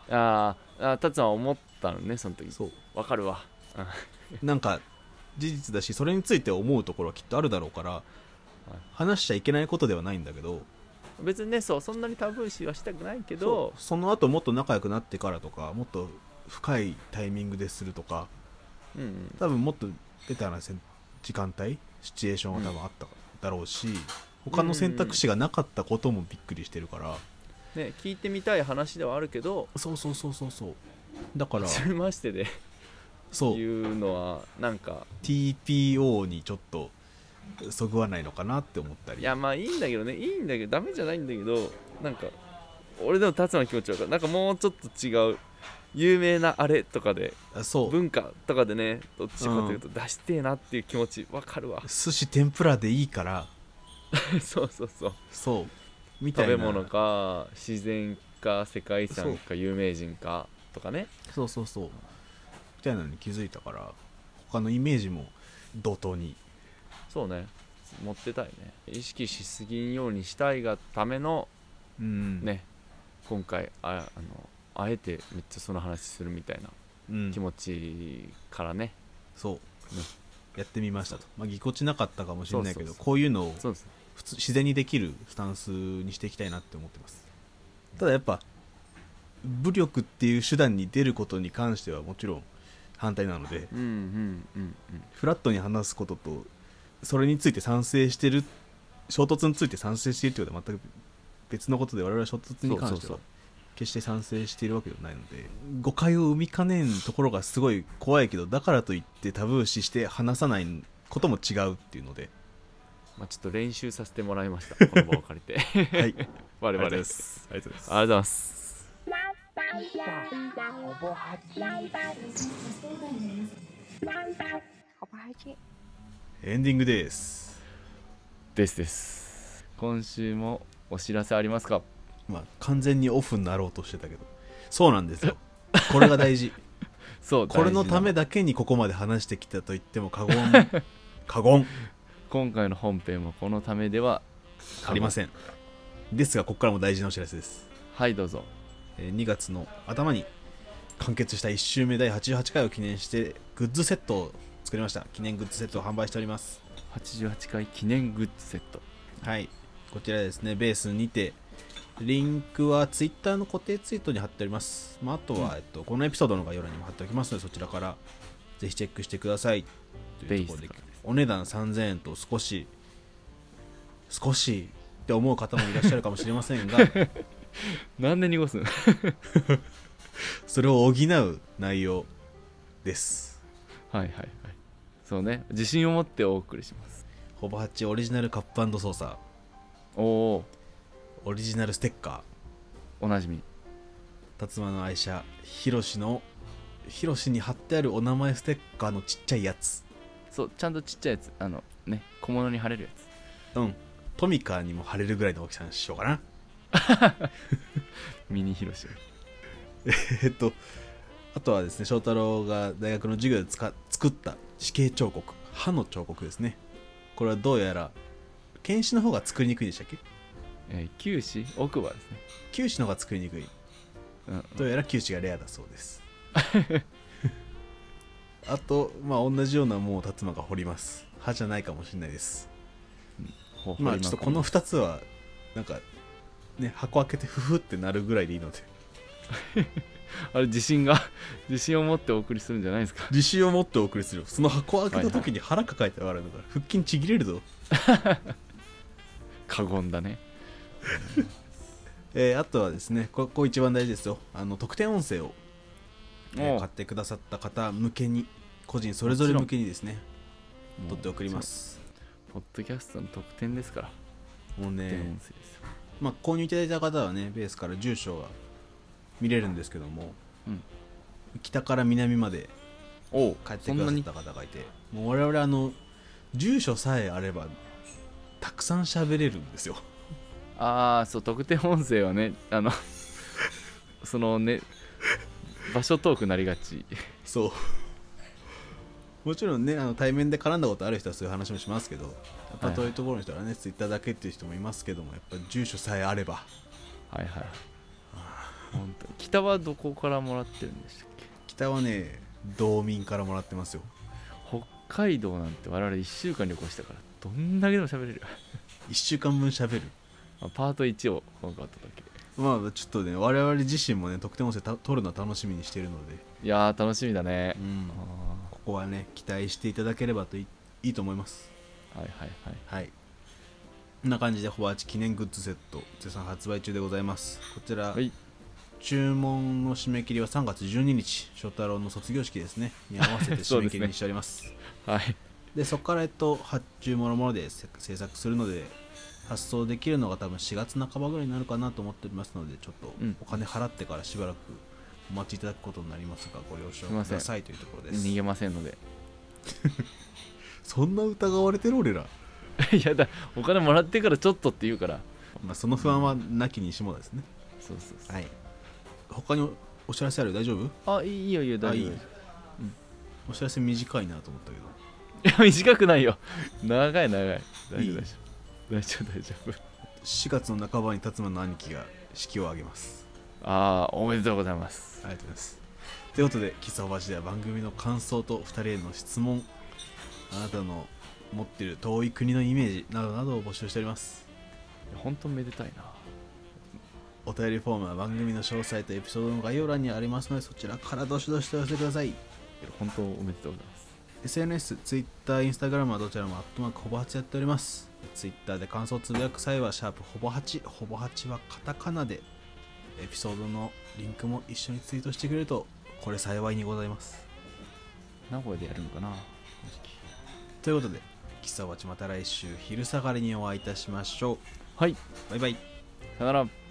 [SPEAKER 2] あーあー達さんは思ったのねその時
[SPEAKER 1] そう
[SPEAKER 2] わかるわ
[SPEAKER 1] なんか事実だしそれについて思うところはきっとあるだろうから話しちゃいけないことではないんだけど
[SPEAKER 2] 別にねそうそんなにタブー視はしたくないけど
[SPEAKER 1] そうその後もっと仲良くなってからとかもっと深いタイミングでするとか
[SPEAKER 2] うんうん
[SPEAKER 1] 多分もっとベターなせん時間帯シチュエーションが多分あっただろうし、他の選択肢がなかったこともびっくりしてるから、
[SPEAKER 2] ね聞いてみたい話ではあるけど
[SPEAKER 1] そうそうそうそうそうだ から
[SPEAKER 2] 初めましてで
[SPEAKER 1] そう
[SPEAKER 2] 言うのはなんか
[SPEAKER 1] TPO にちょっとそぐわないのかなって思ったり
[SPEAKER 2] いやまあいいんだけどねいいんだけどダメじゃないんだけどなんか俺でも達馬の気持ちわかるなんかもうちょっと違う有名なあれとかで
[SPEAKER 1] あそう
[SPEAKER 2] 文化とかでねどっちかというと出してえなっていう気持ちわかるわ
[SPEAKER 1] 寿司天ぷらでいいから
[SPEAKER 2] そうそうそう
[SPEAKER 1] そうみたい
[SPEAKER 2] 食
[SPEAKER 1] な
[SPEAKER 2] べ物か自然か世界遺産か有名人かとかね
[SPEAKER 1] そうそうそうみたいなのに気づいたから他のイメージも怒涛に
[SPEAKER 2] そうね持ってたいね意識しすぎんようにしたいがための
[SPEAKER 1] うん
[SPEAKER 2] ね、今回ああのあえてめっちゃその話するみたいな
[SPEAKER 1] うん
[SPEAKER 2] 気持ちからね、
[SPEAKER 1] そう、
[SPEAKER 2] ね
[SPEAKER 1] やってみましたと、まあ、ぎこちなかったかもしれないけど
[SPEAKER 2] そうそうそう
[SPEAKER 1] こういうのを
[SPEAKER 2] そうです
[SPEAKER 1] 普通自然にできるスタンスにしていきたいなって思ってますただやっぱ武力っていう手段に出ることに関してはもちろん反対なので
[SPEAKER 2] うんうんうん
[SPEAKER 1] フラットに話すこととそれについて賛成してる衝突について賛成しているということは全く別のことで我々は衝突に関
[SPEAKER 2] そう
[SPEAKER 1] して
[SPEAKER 2] そうそ
[SPEAKER 1] は
[SPEAKER 2] う
[SPEAKER 1] 決して賛成しているわけではないので誤解を生みかねんところがすごい怖いけどだからといってタブー視して話さないことも違うっていうの で
[SPEAKER 2] まあ、ちょっと練習させてもらいま したこの場を借りて
[SPEAKER 1] はいありがと
[SPEAKER 2] 我
[SPEAKER 1] うご
[SPEAKER 2] 々
[SPEAKER 1] ざい
[SPEAKER 2] で
[SPEAKER 1] ますすありがとうございます
[SPEAKER 2] ありがとうございます
[SPEAKER 1] エンディングです
[SPEAKER 2] ですです今週もお知らせありますか
[SPEAKER 1] まあ完全にオフになろうとしてたけどそうなんですよ これが 大事
[SPEAKER 2] そう
[SPEAKER 1] これのためだ
[SPEAKER 2] だ
[SPEAKER 1] けにここまで話してきたと言っても過 言過言
[SPEAKER 2] 今回の本編もこのためでは
[SPEAKER 1] ありませんですがここからも大事なお知らせです
[SPEAKER 2] はいどうぞ
[SPEAKER 1] えー2月の頭に完結した1周目第88回を記念してグッズセットを作りました記念グッズセットを販売しております
[SPEAKER 2] 88回記念グッズセット
[SPEAKER 1] はいこちらですねベースにてリンクはツイッターの固定ツイートに貼っております、まあ、あとは、えっと、このエピソードの概要欄にも貼っておきますのでそちらからぜひチェックしてくださいと
[SPEAKER 2] ベ
[SPEAKER 1] いう
[SPEAKER 2] ー
[SPEAKER 1] ところ
[SPEAKER 2] ス
[SPEAKER 1] で
[SPEAKER 2] からです
[SPEAKER 1] お値段3000円と少し少しって思う方もいらっしゃるかもしれませんが
[SPEAKER 2] なんで 濁すの
[SPEAKER 1] それを補う内容です
[SPEAKER 2] はいはいはいそうね自信を持ってお送りします
[SPEAKER 1] ほぼ8オリジナルカップ操作
[SPEAKER 2] おお
[SPEAKER 1] オリジナルステッカ
[SPEAKER 2] おなじみ
[SPEAKER 1] ー辰馬の愛車ヒロシのヒロシに貼ってあるお名前ステッカーのちっちゃいやつ
[SPEAKER 2] そうちゃんとちっちゃいやつあのね小物に貼れるや
[SPEAKER 1] うんトミカにも貼れるぐらいの大きさにしようかな
[SPEAKER 2] つミニヒロシ
[SPEAKER 1] えっとあとはですね翔太郎が大学の授業で使作った死形彫刻歯の彫刻ですねこれはどうやら剣士の方が作りにくいでしたっけ
[SPEAKER 2] えー九死奥歯ですね
[SPEAKER 1] 九死の方が作りにくい
[SPEAKER 2] うん
[SPEAKER 1] どうやら九死がレアだそうです あとまあ同じようなもう辰馬が掘ります歯じゃないかもしれないです
[SPEAKER 2] ほほり
[SPEAKER 1] まあ
[SPEAKER 2] く
[SPEAKER 1] ちょっとこ の2つはなんかね箱開けてフフってなるぐらいでいいので
[SPEAKER 2] あれ自信が 自信を持ってお送りするんじゃないですか
[SPEAKER 1] 自信を持ってお送りするその箱を開けた時に腹抱えて笑うのから腹筋ちぎれるぞ、
[SPEAKER 2] 過言だね
[SPEAKER 1] えーあとはですねここ一番大事ですよあの特典音声を、えー
[SPEAKER 2] おう
[SPEAKER 1] 買ってくださった方向けに個人それぞれ向けにですね
[SPEAKER 2] もう
[SPEAKER 1] 取って送ります
[SPEAKER 2] ポッドキャストの特典ですから、
[SPEAKER 1] もう
[SPEAKER 2] 電音
[SPEAKER 1] ね、
[SPEAKER 2] 声ですよ
[SPEAKER 1] まあ、購入いただいた方はねベースから住所が見れるんですけども、
[SPEAKER 2] うん
[SPEAKER 1] 北から南まで
[SPEAKER 2] おう
[SPEAKER 1] 帰ってくださった方がいてもう我々あの住所さえあればたくさん喋れるん ですよ
[SPEAKER 2] ああそう特典音声はねあの そのね場所トークなりがち
[SPEAKER 1] そうもちろんねあの対面で絡んだことある人はそういう話もしますけどやっぱ
[SPEAKER 2] はい
[SPEAKER 1] 遠いところの人はねツイッターだけっていう人もいますけどもやっぱ住所さえあれば
[SPEAKER 2] はいはい本当に北はどこからもらってるんでしたっけ
[SPEAKER 1] 北はね道民からもらってますよ
[SPEAKER 2] 北海道なんて我々1週間旅行したからどんだけでも喋れる
[SPEAKER 1] 1週間分喋る
[SPEAKER 2] まあパート1を今回あっただけ
[SPEAKER 1] まあちょっとね我々自身もね得点音声た取るのは楽しみにしてるので、
[SPEAKER 2] いやー楽しみだね
[SPEAKER 1] う、ん
[SPEAKER 2] あ、
[SPEAKER 1] ここはね期待していただければといいいと思います
[SPEAKER 2] ーはいはいはい
[SPEAKER 1] はいこんな感じでホワーチ記念グッズセット絶賛発売中でございますこちら、
[SPEAKER 2] はい
[SPEAKER 1] 注文の締め切りは3月12日翔太郎の卒業式ですねに合わせて締め切りにしておりますそ
[SPEAKER 2] はい
[SPEAKER 1] でそこから、えっと、発注もろもろでせ制作するので発送できるのが多分4月半ばぐらいになるかなと思っておりますのでちょっと
[SPEAKER 2] うん
[SPEAKER 1] お金払ってからしばらくお待ちいただくことになりますがご了承
[SPEAKER 2] すいま
[SPEAKER 1] く
[SPEAKER 2] せん
[SPEAKER 1] ださいというところです
[SPEAKER 2] 逃げませんので
[SPEAKER 1] そんな疑われてる俺ら、
[SPEAKER 2] いやだお金もらってからちょっとって言うから
[SPEAKER 1] まあ、その不安はなきにしもですね
[SPEAKER 2] そうそうそう、
[SPEAKER 1] はい他におお知らせある大丈夫
[SPEAKER 2] あいいよいいよ大丈夫
[SPEAKER 1] あいいお知らせ短いなと思ったけど
[SPEAKER 2] いや短くないよ長い長い大
[SPEAKER 1] い
[SPEAKER 2] 丈夫
[SPEAKER 1] い
[SPEAKER 2] 大丈夫大丈夫大丈夫
[SPEAKER 1] 4月の半ばに辰馬の兄貴が式を挙げます
[SPEAKER 2] ああおめでとうございます
[SPEAKER 1] ありがとうございますということで喫茶おばじでは番組の感想と2人への質問あなたの持ってる遠い国のイメージなどなどを募集しております
[SPEAKER 2] 本当めでたいな
[SPEAKER 1] お便りフォームは番組の詳細とエピソードの概要欄にありますのでそちらからどしどしと寄せてください
[SPEAKER 2] 本当おめでとうございます
[SPEAKER 1] SNS、Twitter、Instagram はどちらもアットマークほぼ8やっております。Twitter で感想をつぶやく際は、シャープほぼ8、ほぼ8はカタカナで、エピソードのリンクも一緒にツイートしてくれると、これ幸いにございます。
[SPEAKER 2] 名古屋でやるのかな
[SPEAKER 1] ということで、喫茶おばちまた来週昼下がりにお会いいたしましょう。
[SPEAKER 2] はい
[SPEAKER 1] バイバイ。
[SPEAKER 2] さよなら